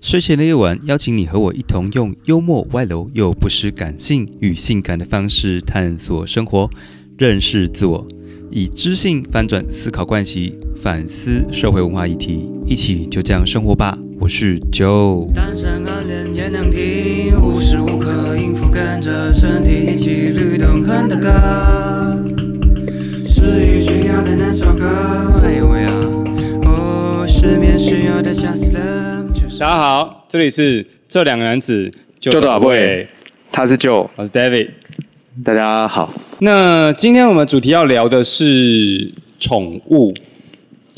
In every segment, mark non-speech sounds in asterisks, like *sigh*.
睡前的夜晚，邀请你和我一同用幽默、外露又不失感性与性感的方式探索生活，认识自我，以知性翻转思考惯习，反思社会文化议题，一起就这样生活吧。我是 Joe。单身啊暗恋也能听，无时无刻音符跟着身体一起律动，看的歌，失语需要的那首歌，哎呦喂啊，哦，失眠需要的 Just Love 就是。大家好，这里是这两个男子就就打会，他是就我是 David。大家好那今天我们主题要聊的是宠物。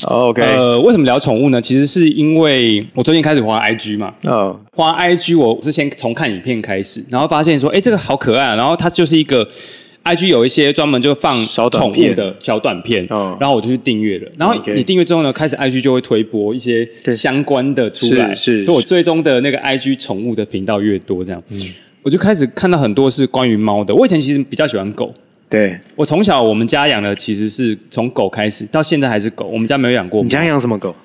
，OK，呃，为什么聊宠物呢？其实是因为我最近开始滑 IG 嘛，嗯滑 IG 我是先从看影片开始，然后发现说，哎、这个好可爱、啊，然后它就是一个。IG 有一些专门就放小短宠片物的小短片，嗯然后我就去订阅了。然后 OK 你订阅之后呢，开始 IG 就会推播一些对相关的出来，是是嗯所以我最终的那个 IG 宠物的频道越多，这样，我就开始看到很多是关于猫的。我以前其实比较喜欢狗，对，我从小我们家养的其实是从狗开始，到现在还是狗，我们家没有养过猫。你家养什么狗？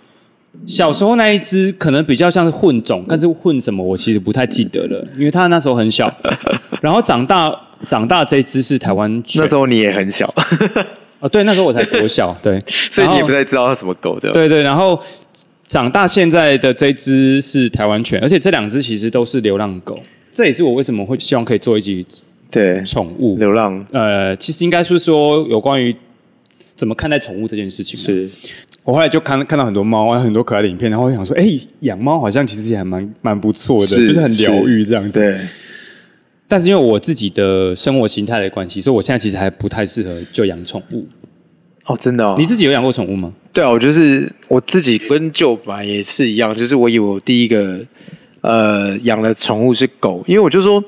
小时候那一只可能比较像是混种，但是混什么我其实不太记得了，因为它那时候很 *laughs* 小。然后长大长大这一只是台湾犬，那时候候你也很小，哦对，那时候我才国小，对， *laughs* 所以你也不然后太知道它什么狗的。，对对，然后长大现在的这只是台湾犬，而且这两只其实都是流浪狗，这也是我为什么会希望可以做一集对，宠物。流浪呃，其实应该是说有关于怎么看待宠物这件事情啊。是我后来就看看到很多猫啊，很多可爱的影片，然后我想说，哎、养猫好像其实也还蛮蛮不错的，是就是很疗愈这样子。对，但是因为我自己的生活形态的关系，所以我现在其实还不太适合就养宠物。哦，真的哦，你自己有养过宠物吗？对啊，我就是我自己跟旧版也是一样，就是我以为我第一个呃养的宠物是狗，因为我就说，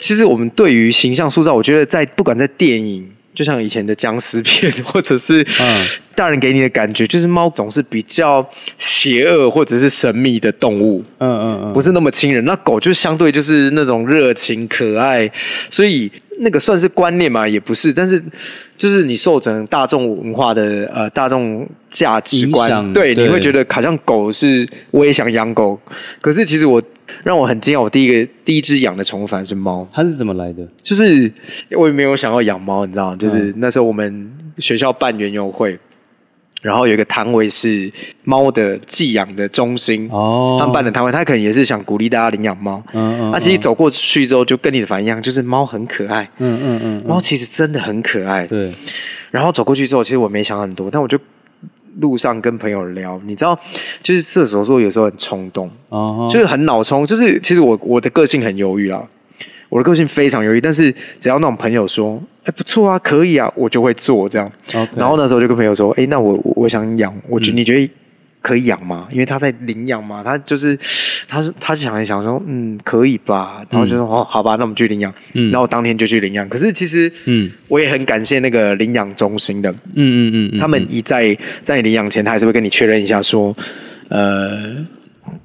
其实我们对于形象塑造，我觉得在不管在电影。就像以前的僵尸片， *laughs* 或者是嗯大人给你的感觉，就是猫总是比较邪恶或者是神秘的动物。嗯嗯嗯，不是那么亲人。那狗就相对就是那种热情可爱，所以那个算是观念嘛，也不是，但是就是你受整大众文化的呃大众价值影观，响对，对你会觉得好像狗是我也想养狗，可是其实我让我很惊讶，我第一个第一只养的宠物反而是猫，它是怎么来的？就是我也没有想要养猫，你知道吗？嗯就是那时候我们学校办园游会。然后有一个摊位是猫的寄养的中心，哦他们办的，摊位，他可能也是想鼓励大家领养猫。嗯嗯，那其实走过去之后，就跟你的反应一样，就是猫很可爱，嗯，嗯嗯嗯，猫其实真的很可爱。对，然后走过去之后，其实我没想很多，但我就路上跟朋友聊，你知道，就是射手座有时候很冲动，哦，就是很脑冲，就是其实我我的个性很犹豫啦，我的个性非常犹豫，但是只要那种朋友说，哎不错啊，可以啊，我就会做这样。然后呢？那时候就跟朋友说，哎、那我我我想养，我觉嗯得你觉得可以养吗？因为他在领养嘛，他就是，他是他就想一想说，嗯，可以吧。然后就说，哦，好吧，那我们去领养。嗯然后我当天就去领养。可是其实，嗯嗯，我也很感谢那个领养中心的，嗯嗯嗯，他们一再在你领养前，他还是会跟你确认一下说，呃。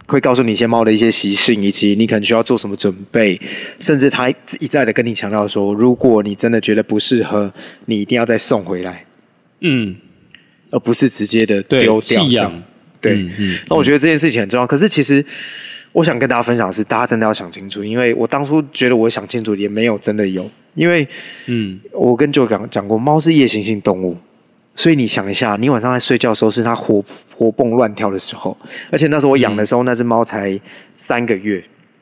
会告诉你一些猫的一些习性，以及你可能需要做什么准备，甚至他一再的跟你强调说，如果你真的觉得不适合，你一定要再送回来。嗯而不是直接的对丢掉弃这样养，对，嗯嗯那我觉得这件事情很重要。可是其实我想跟大家分享的是，大家真的要想清楚，因为我当初觉得我想清楚，也没有真的有，因为嗯我跟舅讲讲过，猫是夜行性动物。所以你想一下，你晚上在睡觉的时候是它活活蹦乱跳的时候，而且那时候我养的时候，那只猫才三个月，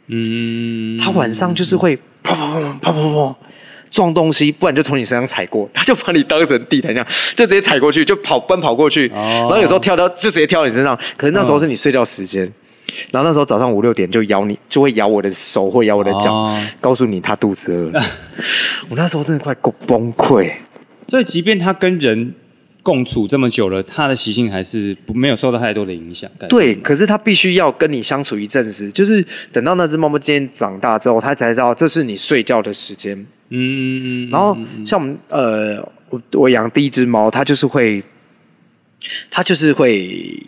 嗯，它晚上就是会砰砰砰砰砰砰砰撞东西，不然就从你身上踩过，它就把你当成地毯这样，就直接踩过去，就跑奔跑过去，哦然后有时候跳到就直接跳到你身上。可是那时候是你睡觉时间，然后那时候早上五六点就咬你，就会咬我的手或咬我的脚，哦告诉你它肚子饿 *laughs* 了。我那时候真的快够崩溃。所以，即便他跟人共处这么久了，他的习性还是不没有受到太多的影响。感觉对，可是它必须要跟你相处一阵子，就是等到那只猫猫今天长大之后，它才知道这是你睡觉的时间。嗯，嗯嗯嗯然后嗯像我们呃，我我养第一只猫，它就是会，它就是会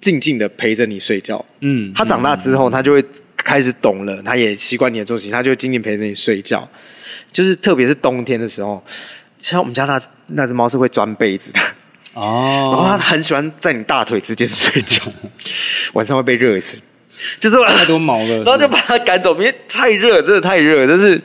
静静的陪着你睡觉。嗯，它长大之后，它就会开始懂了，它也习惯你的作息，它就会静静陪着你睡觉。就是特别是冬天的时候，像我们家那那只猫是会钻被子的，哦， *laughs* 然后它很喜欢在你大腿之间睡觉，晚上会被热醒。就是我太多毛了。然后就把它赶走，因为太热，真的太热，但是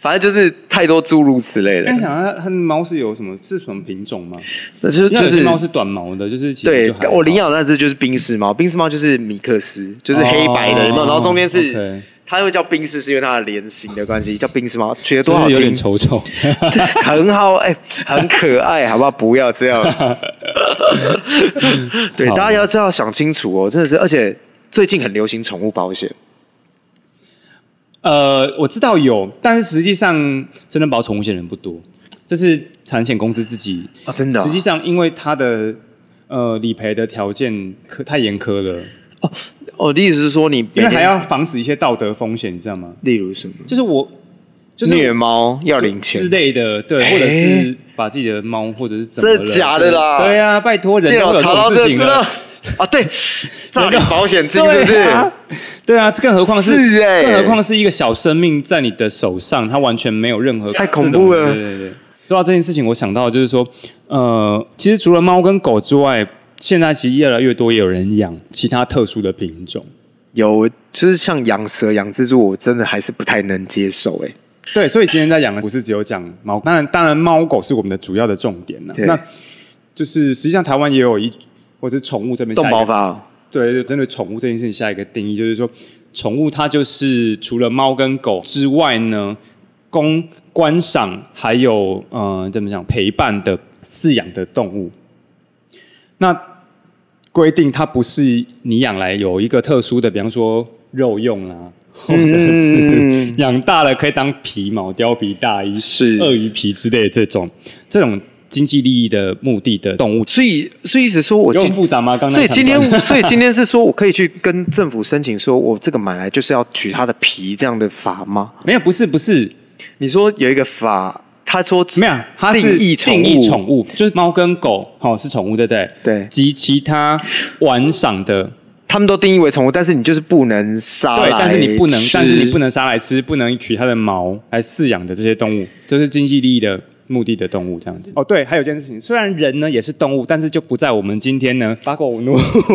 反正就是太多诸如此类的刚，想它它的猫是有什么是什么品种吗？那就是因为就有些是猫是短毛的，就是其实对就还好我领养的那只就是冰丝猫，冰丝猫就是米克斯，就是黑白的，哦有没有？然后中间是、 OK 它会叫冰丝，是因为它的脸型的关系，叫冰丝 *laughs* 猫，觉得多就好是有听点，丑 *laughs* 丑。 *laughs* 很好，哎、很可爱， *laughs* 好不好？不 *laughs* 要这样。对，好大家要这样想清楚哦，真的是，而且最近很流行宠物保险，呃，我知道有，但是实际上真的保宠物险的人不多，这是产险公司自己啊真的啊实际上，因为它的呃理赔的条件苛太严苛了，哦，的意思是说你每因为天还要防止一些道德风险，你知道吗？例如什么？就是我就是虐猫要领钱之，类的，对，哎或者是把自己的猫或者是怎么真了的假的啦对啊，拜托人竟然都有有查到种这事知情道了。啊？ *laughs* 对，诈领保险金是不对是？啊，对啊，更何况是，是欸更何况是一个小生命在你的手上，它完全没有任何太恐怖了这种对对对，说到这件事情，我想到就是说，呃，其实除了猫跟狗之外，现在其实越来越多也有人养其他特殊的品种。有，就是像养蛇、养蜘蛛，我真的还是不太能接受、欸。对，所以今天在讲的不是只有讲猫，当然当然猫狗是我们的主要的重点了。对那就是实际上台湾也有一，或者是宠物这边动下一个毛发哦，对，就针对宠物这件事情下一个定义，就是说，宠物它就是除了猫跟狗之外呢，供观赏还有呃怎么讲陪伴的饲养的动物。那规定它不是你养来有一个特殊的，比方说肉用啦、 *laughs* 或者是嗯养大了可以当皮毛、貂皮大衣、是鳄鱼皮之类的这种这种经济利益的目的的动物。所以所以意思说我有今很复杂吗？刚才所以今想说 *laughs* 天所以今天是说我可以去跟政府申请，说我这个买来就是要取它的皮这样的法吗？没有，不是不是，你说有一个法，他说没有，它是定义宠物定义宠物，就是猫跟狗，好、是宠物，对不对？对及其他玩赏的，他们都定义为宠物，但是你就是不能杀来对，但是你不能，吃但是你不能杀来吃，不能取它的毛来饲养的这些动物，这是经济利益的目的的动物，这样子。哦，对，还有一件事情，虽然人呢也是动物，但是就不在我们今天呢发狗奴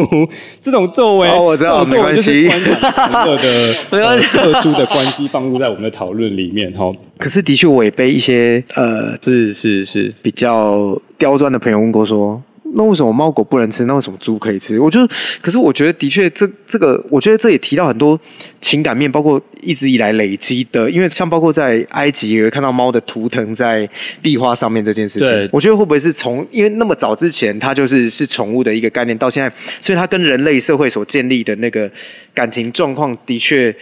*laughs* 这种作为，哦我知道这种作为就是没观关系察乘客的没关系呃特殊的关系放入在我们的讨论里面，哦哈、可是的确，我也被一些呃，是是是比较刁钻的朋友问过说，那为什么猫狗不能吃？那为什么猪可以吃？我就，可是我觉得的确，这这个，我觉得这也提到很多情感面，包括一直以来累积的，因为像包括在埃及也会看到猫的图腾在壁画上面这件事对情，我觉得会不会是从因为那么早之前它就是是宠物的一个概念，到现在，所以它跟人类社会所建立的那个感情状况的确。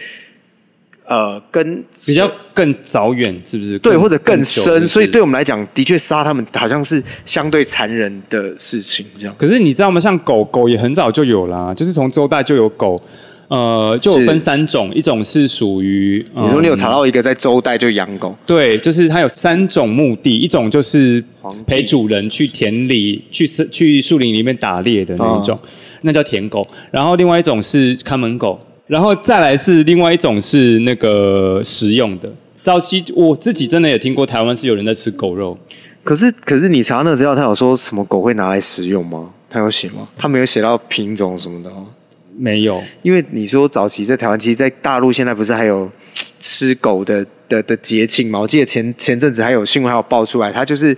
呃，跟比较更早远，是不是？对，或者更久深，所以是不是对我们来讲，的确杀他们好像是相对残忍的事情，这样。可是你知道吗？像狗狗也很早就有啦，就是从周代就有狗，呃，就有分三种，一种是属于、嗯你说你有查到一个在周代就养狗，对，就是它有三种目的，一种就是皇帝陪主人去田里、去森去树林里面打猎的那一啊种，那叫舔狗。然后另外一种是看门狗，然后再来是另外一种是那个食用的。早期我自己真的也听过台湾是有人在吃狗肉，可是可是你查那个资料，他有说什么狗会拿来食用吗？他有写吗？他没有写到品种什么的哦。没有。因为你说早期在台湾，其实，在大陆现在不是还有吃狗的的的节庆吗？我记得前前阵子还有新闻还有爆出来，他就是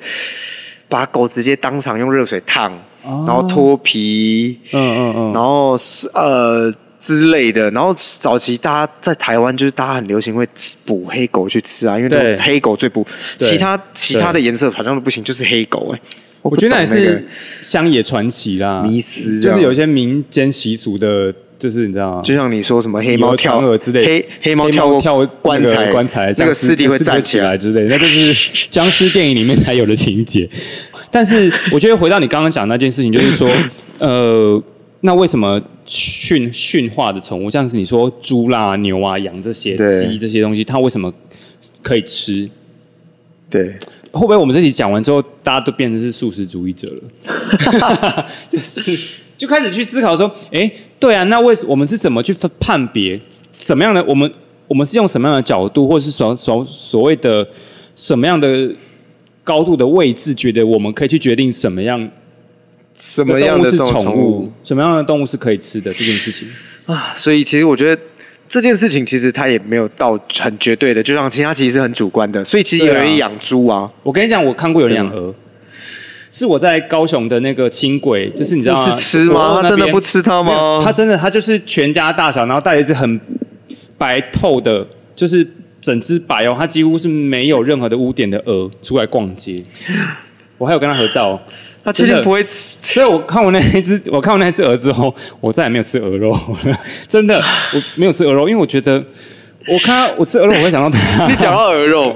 把狗直接当场用热水烫，哦然后脱皮，嗯嗯嗯，然后是呃之类的，然后早期大家在台湾就是大家很流行会吃捕黑狗去吃啊，因为那对种黑狗最捕，对其他其他的颜色好像都不行，就是黑狗哎、我我不觉得那也懂是乡野传奇啦，个迷思这就样，是有一些民间习俗的，就是你知道吗？就像你说什么黑猫有跳嫦娥之类，黑黑猫跳过跳过棺那材个棺材，那僵个尸尸体会尸站起起来来。之类的，那就是僵尸电影里面才有的情节。 *laughs* 但是我觉得回到你刚刚讲那件事情，就是 *laughs* 说，呃，那为什么驯驯化的宠物，像是你说猪啦、牛啊、羊这些、对鸡这些东西，它为什么可以吃？对，会不会我们这集讲完之后，大家都变成是素食主义者了？ *laughs* 就是就开始去思考说，哎，对啊，那为什我们是怎么去分判别怎么样的？我们我们是用什么样的角度，或者是所所所谓的什么样的高度的位置，觉得我们可以去决定什么样什么样动的物是这种宠宠物物，什么样的动物是可以吃的这件事情。啊，所以其实我觉得这件事情其实它也没有到很绝对的，就像其实它其实是很主观的，所以其实有对人啊养猪啊，我跟你讲，我看过有人养鹅，是我在高雄的那个轻轨，就是你知道吗？不是吃吗国道那边他真的不吃它吗没有他真的，他就是全家大小，然后带了一只很白透的，就是整只白哦，它几乎是没有任何的污点的鹅出来逛 *laughs* 街。我还有跟他合照、哦，它其真实的不会吃。所以我看我那一只，我看我那一只鹅之后，我再也没有吃鹅肉了， *laughs* 真的，我没有吃鹅肉，因为我觉得我看到我吃鹅肉，我会想到它，你讲到鹅肉，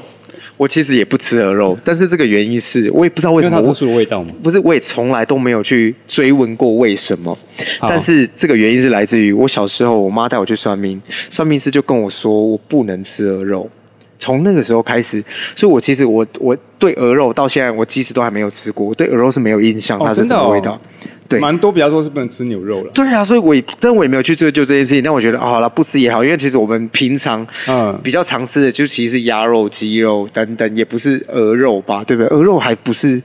我其实也不吃鹅肉，但是这个原因是我也不知道 *laughs* 为因什为么它特我。殊的味道嘛。不是，我也从来都没有去追问过为什么。好但是这个原因是来自于我小时候，我妈带我去算命，算命师就跟我说我不能吃鹅肉。从那个时候开始，所以我其实我我对鹅肉到现在，我即使都还没有吃过，我对鹅肉是没有印象，哦它是真什的么哦味道。对，蛮多比较说是不能吃牛肉 *laughs* 了。对啊，所以我也，但我也没有去追究这件事情。但我觉得，哦、好了，不吃也好，因为其实我们平常，嗯比较常吃的就其实是鸭肉、鸡肉等等，也不是鹅肉吧，对不对？鹅肉还不是，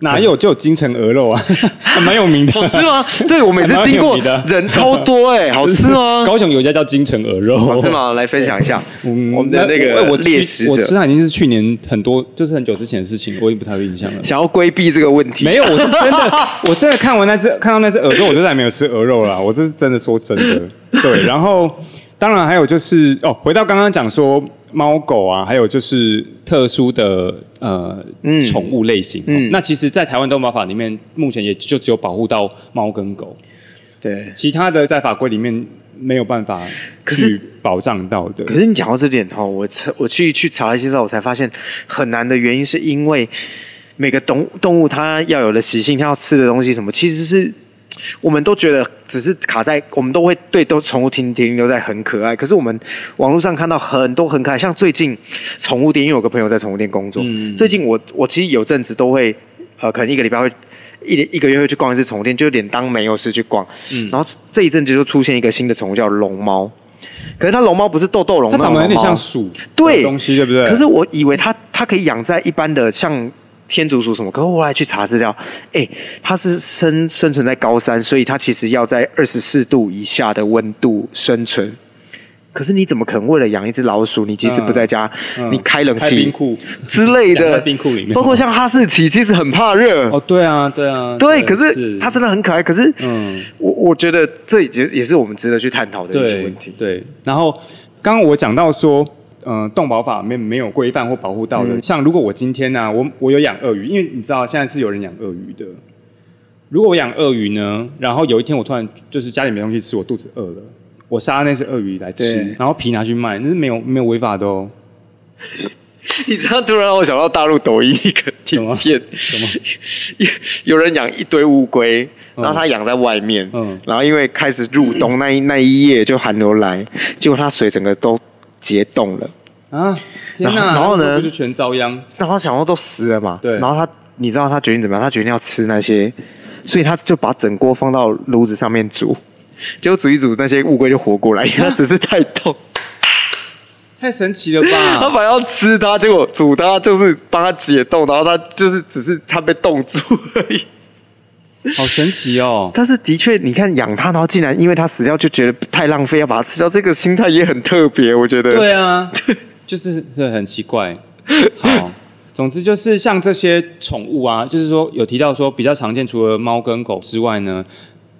哪有就有金城鹅肉啊， *laughs* 还蛮有名的。好吃吗？对，我每次经还蛮有过 *laughs* 名的人超多哎、好吃 *laughs* 吗？高雄有一家叫金城鹅肉，好吃？吗？来分享一下嗯，我们的那我个我猎食吃我吃者，它已经是去年很多，就是很久之前的事情，我已经不太有印象了。想要规避这个问题。没有，我是真 *laughs* 的，我真的看完那只看到那只鹅之后，我就再也没有吃鹅肉了。我这是真的说真的，对。然后当然还有就是哦，回到刚刚讲说猫狗啊，还有就是特殊的呃嗯宠物类型。嗯嗯，那其实，在台湾动保法里面，目前也就只有保护到猫跟狗，对。其他的在法规里面没有办法可是去保障到的可。是你讲到这点哈，我查我去去查了一些之后，我才发现很难的原因是因为每个动动物它要有的习性，它要吃的东西什么，其实是我们都觉得只是卡在，我们都会对都宠物停停留在很可爱。可是我们网络上看到很多很可爱，像最近宠物店，因为我有个朋友在宠物店工作，嗯最近我我其实有阵子都会呃，可能一个礼拜会。一一个月会去逛一次宠物店，就有点当没有事去逛。嗯然后这一阵子就出现一个新的宠物叫龙猫，可是它龙猫不是豆豆龙，它长得有点像猫鼠对的东西，对不对？可是我以为它它可以养在一般的像天竺鼠什么，可是我后来去查资料，哎、它是生生存在高山，所以它其实要在二十四度以下的温度生存。可是你怎么可能为了养一只老鼠，你即使不在家，嗯你开冷开气、冰库之类养的，在冰库里面包括像哈士奇，其实很怕热。哦，对啊，对啊，对，可是它真的很可爱。可是，嗯我我觉得这也也是我们值得去探讨的一些对问题。对，然后刚刚我讲到说，呃，动保法没没有规范或保护到的，嗯像如果我今天呢、啊我我有养鳄鱼，因为你知道现在是有人养鳄鱼的。如果我养鳄鱼呢，然后有一天我突然就是家里没东西吃，我肚子饿了，我杀那只鳄鱼来吃对，然后皮拿去卖，那是没有没有违法的哦。 *laughs* 你这样突然让我想到大陆抖音一个影片，什么有 *laughs* 有人养一堆乌龟，嗯然后他养在外面，嗯然后因为开始入冬那一那一夜就寒流来，结果它水整个都结冻了，啊，天然哪！后然后呢那不就全遭殃？然后想说都死了嘛，对然后他你知道他决定怎么样？他决定要吃那些，所以他就把整锅放到炉子上面煮，结果煮一煮那些乌龟就活过来，因为它只是太 *laughs* 冻。太神奇了 *laughs* 他吧！本来要吃它，结果煮它就是帮它解冻，然后它就是只是它被冻住而已。好神奇哦。但是的确，你看养它，然后竟然因为它死掉就觉得太浪费，要把它吃掉，这个心态也很特别，我觉得。对啊，就是这很奇怪。好，总之就是像这些宠物啊，就是说有提到说比较常见，除了猫跟狗之外呢，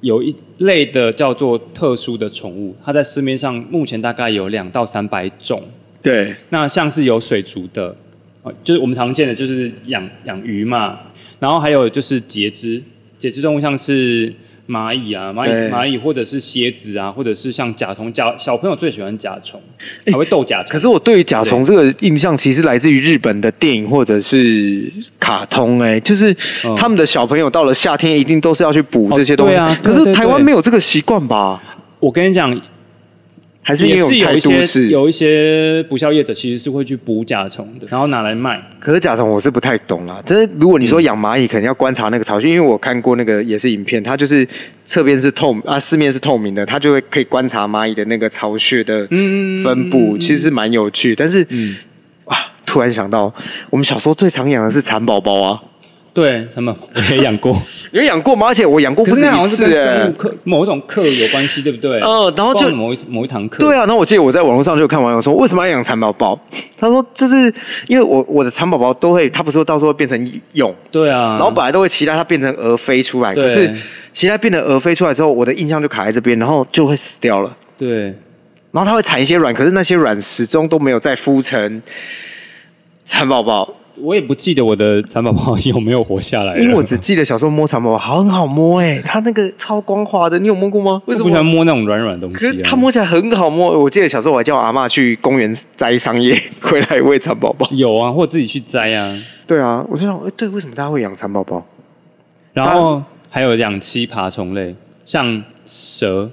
有一类的叫做特殊的宠物，它在市面上目前大概有两到三百种。对那像是有水族的，呃就是我们常见的就是养养鱼嘛，然后还有就是节肢，节肢动物像是蚂蚁啊，蚂对蚁蚂蚁或者是蝎子啊，或者是像甲虫，甲小朋友最喜欢甲虫，还会斗甲虫。可是我对于甲虫这个印象，其实来自于日本的电影或者是卡通、哎，就是嗯他们的小朋友到了夏天，一定都是要去捕这些东西。哦对啊可对是对台湾对没有这个习惯吧？我跟你讲，还是因也为我是们有太一都些市？有一些捕校业者其实是会去捕甲虫的，然后拿来卖。可是甲虫我是不太懂啦，真的，如果你说养蚂蚁，可能要观察那个巢穴，因为我看过那个也是影片，它就是侧边是透啊，四面是透明的，它就会可以观察蚂蚁的那个巢穴的嗯分布，其实蛮有趣。但是，嗯啊，突然想到，我们小时候最常养的是蚕宝宝啊，对他 *laughs* 们，我也养过，有养过吗？而且我养过不可是止那好一像是次、跟欸生物课某种课有关系，对不对？哦然后就不知道某一某一堂课，对啊，然后我记得我在网络上就有看网友说，为什么要养蚕宝宝？他说就是因为我我的蚕宝宝都会，它不是到时候会变成蛹，对啊，然后本来都会期待它变成蛾飞出来，对可是期待变成蛾飞出来之后，我的印象就卡在这边，然后就会死掉了。对然后它会产一些卵，可是那些卵始终都没有再孵成蚕宝宝，我也不记得我的蚕宝宝有没有活下来了，啊因为我只记得小时候摸蚕宝宝好很好摸哎、它那个超光滑的，你有摸啊过吗？为我什不喜欢么？摸那种软软的东可西啊。是它摸起来很好摸，我记得小时候我还叫我阿嬷去公园摘桑叶回来喂蚕宝宝。有啊，或自己去摘啊，对啊，我就想，哎、对，为什么大家会养蚕宝宝？然后还有两栖爬虫类，像蛇、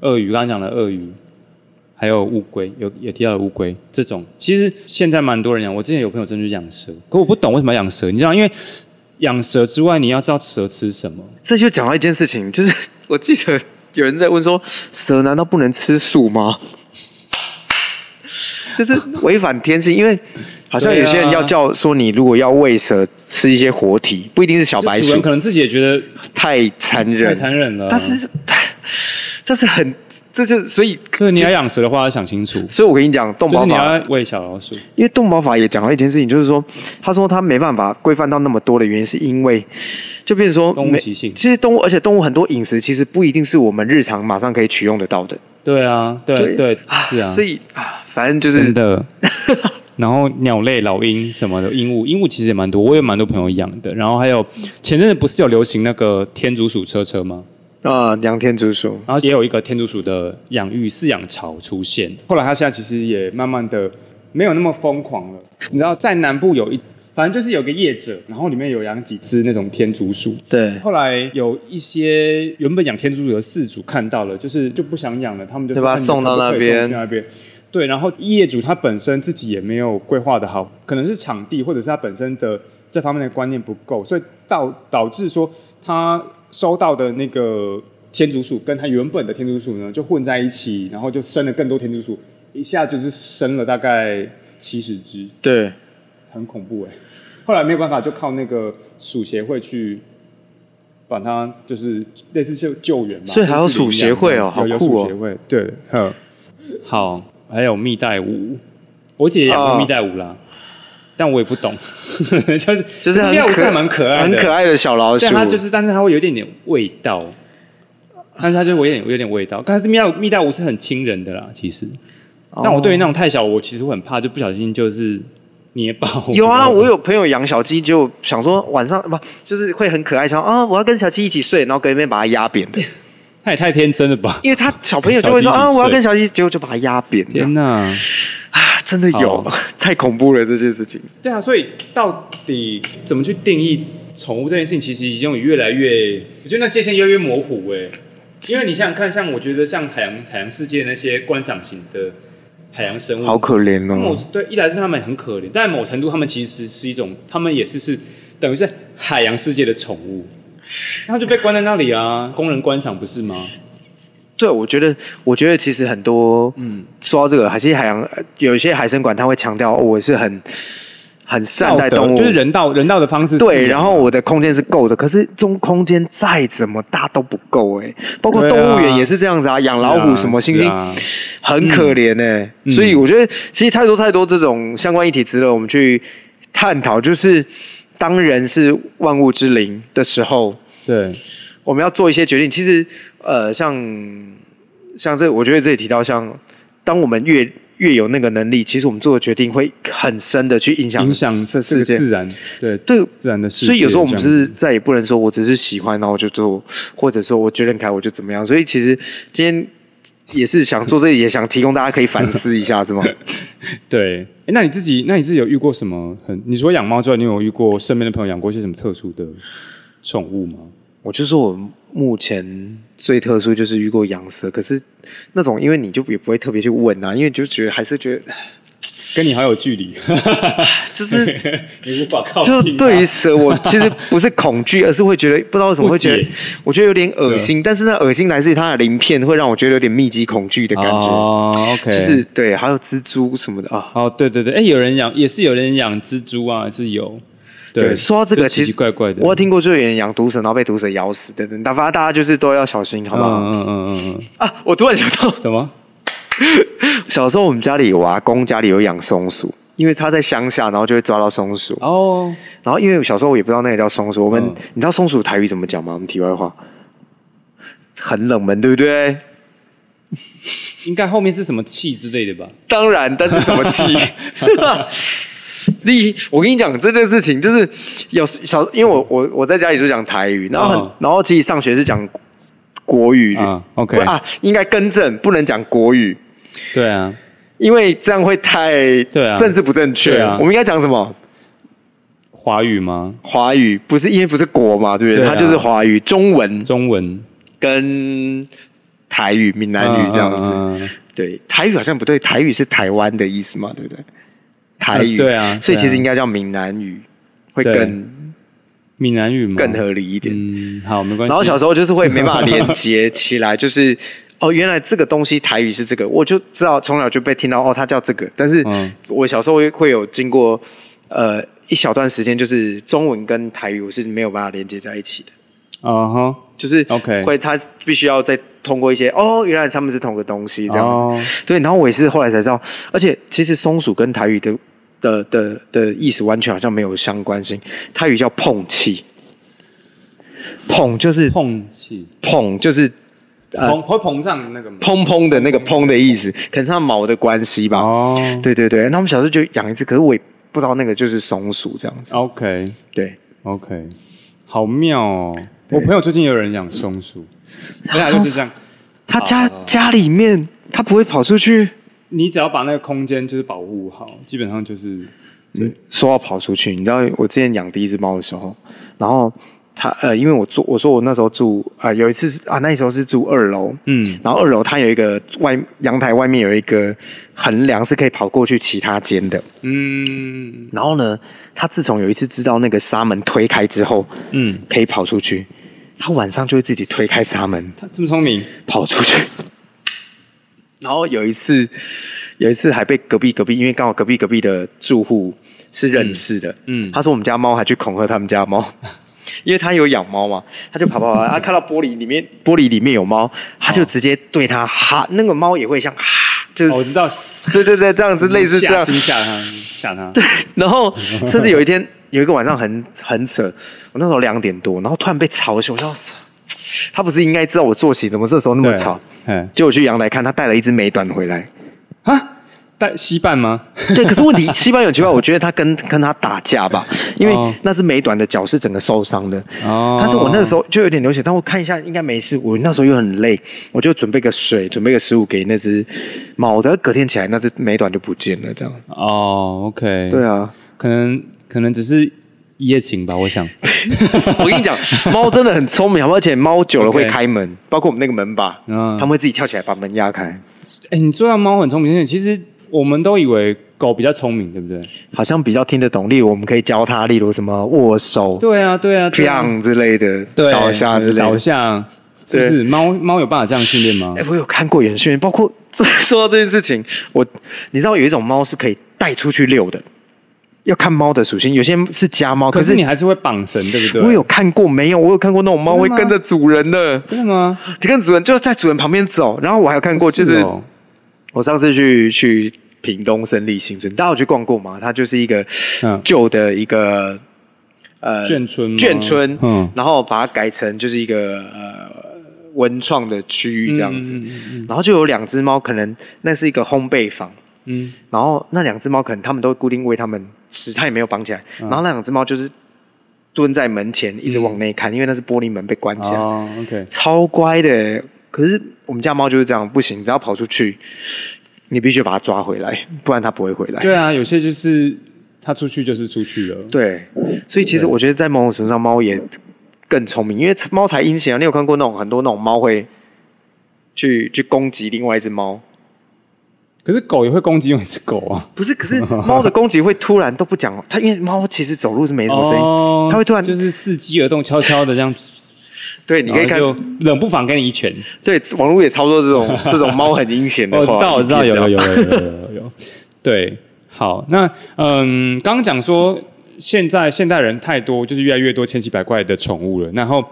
鳄鱼，刚刚讲的鳄鱼，还有乌龟，有也提到了乌龟这种。其实现在蛮多人养，我之前有朋友真的去养蛇，可我不懂为什么要养蛇，你知道，因为养蛇之外，你要知道蛇吃什么。这就讲到一件事情，就是 *laughs* 我记得有人在问说，蛇难道不能吃素吗？ *laughs* 就是违反天性，因为好像有些人对啊要叫说，你如果要喂蛇吃一些活体，不一定是小白是主鼠人，可能自己也觉得太残忍，太残忍了，但是， *laughs* 但是很，这就所以，所以你要养蛇的话，要想清楚，所以我跟你讲，动就保是你法，要喂小老鼠。因为动保法也讲到一件事情，就是说，他说他没办法规范到那么多的原因，是因为就变成说动物每习性其实动物，而且动物很多饮食其实不一定是我们日常马上可以取用得到的。对啊，对对，是啊，所以啊，反正就是真的。 *laughs* 然后鸟类、老鹰什么的，鹦鹉，鹦鹉其实也蛮多，我有蛮多朋友养的。然后还有前阵子不是有流行那个天竺鼠车车吗？啊，梁天之鼠，然后也有一个天竺鼠的养育饲养潮出现。后来它现在其实也慢慢的没有那么疯狂了。你知道在南部有一，反正就是有个业者，然后里面有养几只那种天竺鼠，对，后来有一些原本养天竺鼠的饲主看到了，就是就不想养了，他们就就把它说哎你送到可不可以那边送去那边。对，然后业主他本身自己也没有规划的好，可能是场地或者是他本身的这方面的观念不够，所以导导致说他收到的那个天竺鼠跟他原本的天竺鼠呢就混在一起，然后就生了更多天竺鼠，一下就是生了大概七十只。对，很恐怖哎、后来没有办法，就靠那个鼠协会去把它，就是类似救救援嘛。所以还有鼠协会哦有有好酷哦鼠协会，对，呵好，还有蜜袋鼯，我姐也养过哦蜜袋鼯啦，但我也不懂， *laughs* 就是就是很蜜袋鼯可是蛮可爱的，很可爱的小老鼠，但它就是，但是它会有一点点味道。但是它就是有点有点味道，但是蜜袋鼯蜜袋鼯是很亲人的啦，其实。哦但我对于那种太小，我其实会很怕，就不小心就是捏爆。有 *laughs* 啊，我有朋友养小鸡，就想说晚上不就是会很可爱，想啊我要跟小鸡一起睡，然后隔一天把它压扁 *laughs* 的，他也太天真了 *laughs* 吧！因为他小朋友就会说小鸡一起啊睡我要跟小鸡，结果就把它压扁这天样哪！啊，真的有好，太恐怖了这件事情。对啊，所以到底怎么去定义宠物这件事情，其实已经有越来越，我觉得那界限越来越模糊哎、因为你想想看，像我觉得像海洋海洋世界那些观赏型的海洋生物，好可怜某哦！对，一来是他们很可怜，但某程度他们其实是一种，他们也是是等于是海洋世界的宠物，他们就被关在那里啊，供人观赏不是吗？对，我觉得，我觉得其实很多，嗯，说到这个，还是海洋有一些海参馆，他会强调、哦我是很很善待道德动物，就是人道人道的方式饲养啊。对，然后我的空间是够的，可是中空间再怎么大都不够哎、包括对啊动物园也是这样子啊，养老虎什么猩是猩，啊很可怜哎、嗯所以我觉得其实太多太多这种相关议题值得我们去探讨，就是当人是万物之灵的时候，对，我们要做一些决定。其实，呃，像像这，我觉得这里提到像，当我们越越有那个能力，其实我们做的决定会很深的去影响影响这这世个界。自然，对对自然的世界。所以有时候我们是不这是样子再也不能说我只是喜欢，然后我就做，或者说我觉得很开我就怎么样？所以其实今天也是想做这个，也想提供大家可以反思一下，是吗？对？诶那你自己，那你自己有遇过什么很？你除了养猫之外，你有遇过身边的朋友养过一些什么特殊的宠物吗？ *laughs* 我就说我目前最特殊就是遇过羊舌，可是那种因为你就也不会特别去问啊，因为就觉得还是觉得 *sighs* 跟你好有距离， *laughs* 就是 *laughs* 你无法靠就近它。啊对于蛇，我其实不是恐惧，而是会觉得不知道为什么会觉不得解，啊我觉得有点恶心，但是那恶心来自于它的鳞片，会让我觉得有点密集恐惧的感觉，哦，OK，就是对，还有蜘蛛什么的啊。哦，对对对，哎，有人养，也是有人养蜘蛛啊，是有，对说到这就个，奇其奇实怪怪的我有听过就有人养毒蛇，然后被毒蛇咬死等等，但反正大家就是都要小心，好不好？嗯嗯嗯嗯嗯，啊，我突然想到， *laughs* 什么？小时候我们家里有啊，公家里有养松鼠，因为他在乡下，然后就会抓到松鼠。哦，然后因为我小时候我也不知道那个叫松鼠，我们、嗯你知道松鼠台语怎么讲吗？我们题外话，很冷门，对不对？应该后面是什么气之类的吧？当然，但是什么 *laughs* 气？你，我跟你讲这件事情，就是有时小，因为我我我在家里就讲台语，然后很、嗯然后其实上学是讲国语，嗯，OK 不啊，应该更正，不能讲国语，对啊，因为这样会太对啊政治不正确对啊我们应该讲什么？华语吗？华语不是因为不是国嘛，对不对？对啊它就是华语、中文中文、跟台语、闽南语这样子。嗯嗯嗯嗯对，台语好像不对，台语是台湾的意思嘛，对不对？台语、呃对啊所以对啊其实应该叫闽南语，会对更闽南语吗？更合理一点。嗯，好，没关系。然后小时候就是会没办法连接起 *laughs* 来，就是哦，原来这个东西台语是这个，我就知道从小就被听到哦，它叫这个。但是嗯我小时候会有经过呃一小段时间，就是中文跟台语我是没有办法连接在一起的。啊哈，就是 OK 会他必须要再通过一些哦，原来他们是同个东西这样子。哦对，然后我也是后来才知道，而且其实松鼠跟台语的的的的意思完全好像没有相关性，台语叫碰气，碰就是碰气，碰就是呃膨会膨胀的那个吗？砰砰的那个砰的意思，可能是它毛的关系吧。哦，对对对，那我们小时候就养一只，可是我也不知道那个就是松鼠这哦样子。 ，OK 对， OK，好妙哦！对啊我朋友最近有人养松鼠，本来就是这样，哦他家好家里面它不会跑出去。你只要把那个空间就是保护好，基本上就是嗯，说要跑出去，你知道我之前养第一只猫的时候，然后它呃，因为我住，我说我那时候住啊、有一次是啊，那时候是住二楼，嗯然后二楼它有一个外阳台外面有一个横梁是可以跑过去其他间的，嗯然后呢，它自从有一次知道那个纱门推开之后，嗯，可以跑出去，它晚上就会自己推开纱门，他这么聪明，跑出去。 *laughs* 然后有一次，有一次还被隔壁隔壁，因为刚好隔壁隔壁的住户是认识的，嗯嗯他说我们家猫还去恐吓他们家猫， *laughs* 因为他有养猫嘛，他就 *laughs* 跑跑跑，他看到玻璃里面玻璃里面有猫，他就直接对它哈，那个猫也会像哈，就是、哦我知道， *laughs* 对对对，这样子类似这样吓，惊吓他，吓他，对，*laughs* 然后甚至有一天有一个晚上很很扯，我那时候两点多，然后突然被吵醒，我想说他不是应该知道我作息，怎么这时候那么吵？嗯，结果我去阳台看，他带了一只美短回 *laughs* 来。啊，带西半吗？对，可是问题西班牙很奇怪，我觉得他跟跟他打架吧，因哦为那只美短的脚是整个受伤的。哦但是我那个时候就有点流血，但我看一下应该没事。我那时候又很累，我就准备个水，准备个食物给那只猫。但隔天起来，那只美短就不见了，这样。哦，OK，对 *laughs* 啊，可能可能只是一夜情吧，我 *laughs* 想。我跟你讲，猫真的很聪明，好不好而且猫久了 OK 会开门，包括我们那个门把，嗯它们会自己跳起来把门压开，哎、你说到猫很聪明，其实我们都以为狗比较聪明，对不对？好像比较听得懂。例如，我们可以教它，例如什么握手、对啊，对啊，对啊砰之类的，对倒下之类的。倒下，是不是？猫猫有办法这样训练吗哎、？我有看过有人训练，包括 *laughs* 这说到这件事情，我你知道有一种猫是可以带出去遛的，要看猫的属性，有些是家猫，可可是你还是会绑绳，对不对？我有看过没有？我有看过那种猫真会的吗跟着主人的，真的吗？就跟主人就是在主人旁边走。然后我还有看过，就是哦我上次去去屏东胜利新村，大家有去逛过吗？它就是一个嗯旧的一个、呃眷村吗眷村，嗯嗯，然后把它改成就是一个呃文创的区域这样子，嗯嗯嗯然后就有两只猫，可能那是一个烘焙坊。嗯，然后那两只猫可能他们都固定喂它们吃，它也没有绑起来。嗯然后那两只猫就是蹲在门前一直往内看，因为那是玻璃门被关起来。哦，OK，超乖的。可是我们家猫就是这样，不行，只要跑出去，你必须把它抓回来，不然它不会回来。对啊，有些就是它出去就是出去了，，对所以其实我觉得在某种程度上，猫也更聪明，因为猫才阴险啊。你有看过那种很多那种猫会去去攻击另外一只猫？可是狗也会攻击另外一只狗啊，不是，可是猫的攻击会突然都不讲，它因为猫其实走路是没什么声音，哦它会突然就是伺机而动，悄悄的这样，对， *laughs* 你可以看然，后就冷不防给你一 *laughs* 拳。对，网络也操作 *laughs* 这种这种猫很阴险的哦我话。知道，我知道，你有 *laughs* 知有有有有有有有。对，好，那嗯，刚刚讲说现在现代人太多，就是越来越多千奇百怪的宠物了。然后，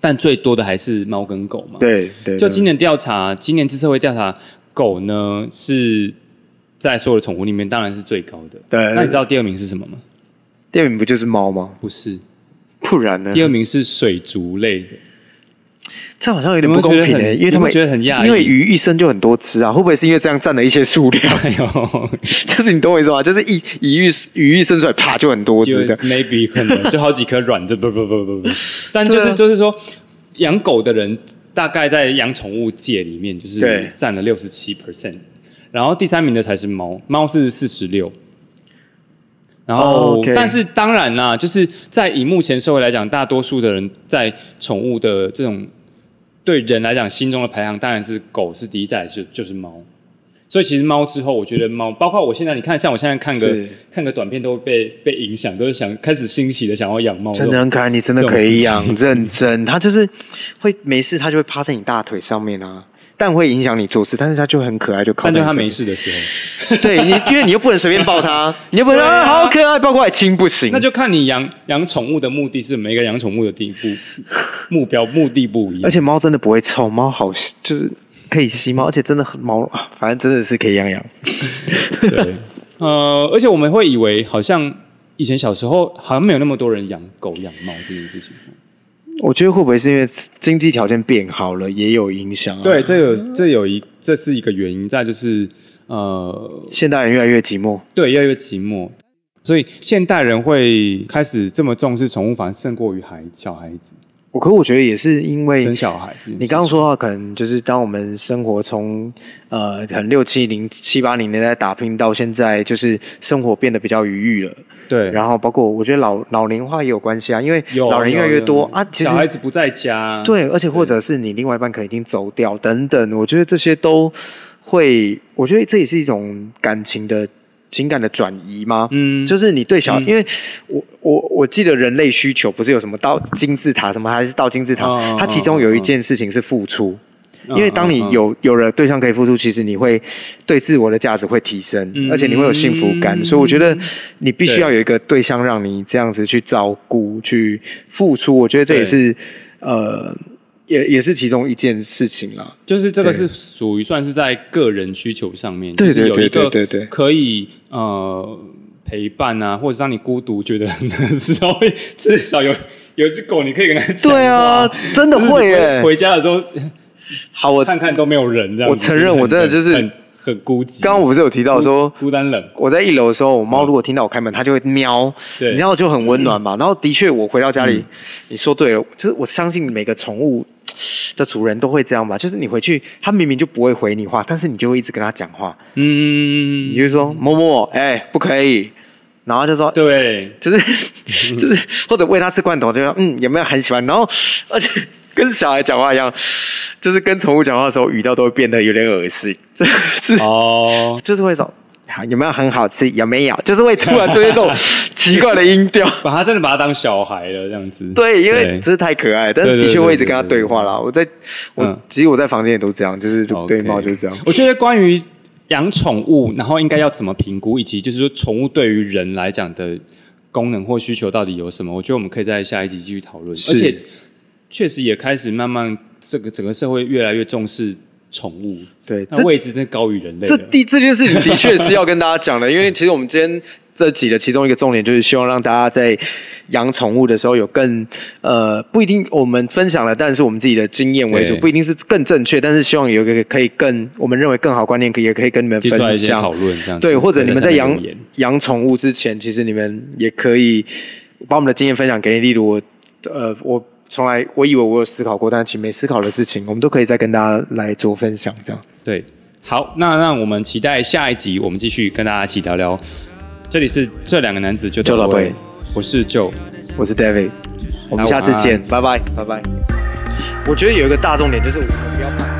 但最多的还是猫跟狗嘛。。对对，就今年调查，今年自社会调查，狗呢是在所有的宠物里面当然是最高的。对那你知道第二名是什么吗？第二名不就是猫吗？不是，不然呢？第二名是水族类的。这好像有点不公有没有平觉得诶、很因为他有没有们觉得很讶异因为鱼一生就很多只啊，会不会是因为这样占了一些数 *laughs* 量？哎呦，就是你懂我意思吗？就是一一鱼鱼一生出来，啪就很多就只是的。 maybe 可能就好 *laughs* 几颗卵，这不不不不不，但就对是啊就是说，养狗的人大概在养宠物界里面就是对占了六十七 percent，然后第三名的才是猫，猫是四十六。然后哦，OK 但是当然啦，就是在以目前社会来讲，大多数的人在宠物的这种对人来讲心中的排行，当然是狗是第一，再来是就是猫。所以其实猫之后，我觉得猫，包括我现在，你看，像我现在看个是看个短片，都会被被影响，都是想开始欣喜的想要养猫。真的很可爱，你真的可以养，认真。它就是会没事，它就会趴在你大腿上面啊，但会影响你做事，但是它就很可爱，就靠但在就你它身没边。事的时候，对你，因为你又不能随便抱 *laughs* 它，你又不能、啊、好可爱，抱过来亲不行。那就看你养养宠物的目的是每个人养宠物的地 *laughs* 步目标目的不一样。而且猫真的不会臭，猫好吸就是可以吸猫，而且真的很毛，啊反正真的是可以养养。 *laughs* 对，呃，而且我们会以为好像以前小时候好像没有那么多人养狗养猫这件事情。我觉得会不会是因为经济条件变好了也有影响、啊？对，，这有这有一这是一个原因，再就是呃，现代人越来越寂寞。对，越来越寂寞。所以现代人会开始这么重视宠物，反而胜过于孩小孩子我可我觉得也是因为生小孩子。你刚刚说到，可能就是当我们生活从呃，可能六七零七八零年代打拼到现在，就是生活变得比较愉悦了。对，然后包括我觉得老老龄化也有关系啊，因为有老人越来越多有有啊，其实小孩子不在家，对，而且或者是你另外一半可能已经走掉等等，我觉得这些都会，我觉得这也是一种感情的情感的转移吗？嗯，就是是你对小，嗯因为我我我记得人类需求不是有什么到金字塔什么还是到金字塔，哦哦它其中有一件事情是付出，嗯因为当你有有了对象可以付出，其实你会对自我的价值会提升，嗯而且你会有幸福感，所以我觉得你必须要有一个对象让你这样子去照顾、去付出，我觉得这也是呃也也是其中一件事情啦。就是这个对是属于算是在个人需求上面，对就是对有一对个对对对可以呃陪伴啊，或者让你孤独觉得很难受，至少有有一只狗你可以跟它讲话对啊，真的就是 *laughs* 会耶回。回家的时候好，我看看都没有人这样子。我承认我真的就是很很孤寂。刚刚我不是有提到说。孤单冷，我在一楼的时候，我猫如果听到我开门，它就会喵，嗯对嗯然后就很温暖嘛。然后的确，我回到家里，你说对了，就是我相信每个宠物的主人都会这样吧。就是你回去，它明明就不会回你话，但是你就会一直跟它讲话，嗯你就说某某，哎、不可以，然后它 *laughs* 就说。对，就是就是，或者喂它吃罐头，就说嗯，有没有很喜欢？然后而且跟小孩讲话一样，就是跟宠物讲话的时候，语调都会变得有点恶心， *laughs* 就是哦，就是会走。啊有没有很好吃？有没有？就是会突然出现这 *laughs* 种奇怪的音调。把他真的把他当小孩了这样子。 *laughs* 对，因为真是太可爱，但是对对的确对我一直对跟他对对话啦。我在嗯我其实我在房间也都这样，就是对 OK 猫就是这样。我觉得关于养宠物，然后应该要怎么评估，以及就是说宠物对于人来讲的功能或需求到底有什么，我觉得我们可以在下一集继续讨论。是而且确实也开始慢慢这个整个社会越来越重视宠物，对，那这位置真的高于人类这了。第这件事情的确是要跟大家讲的，因 *laughs* 为其实我们今天这集的其中一个重点就是希望让大家在养宠物的时候有更呃不一定我们分享了，但是我们自己的经验为主，对不一定是更正确，但是希望有一个可以更我们认为更好观念，可以也可以跟你们提出来分一些享讨。论，这样子对，或者你们在下面养留言养宠物之前，其实你们也可以把我们的经验分享给你。例如我，呃，我从来我以为我有思考过，但其实没思考的事情，我们都可以再跟大家来做分享。这样，对，好，那让我们期待下一集，我们继续跟大家一起聊聊。这里是这两个男子就就到位位，我是 Joe。我是 David，我那们下晚次安见，拜拜，拜拜。我觉得有一个大重点就是我们不要怕。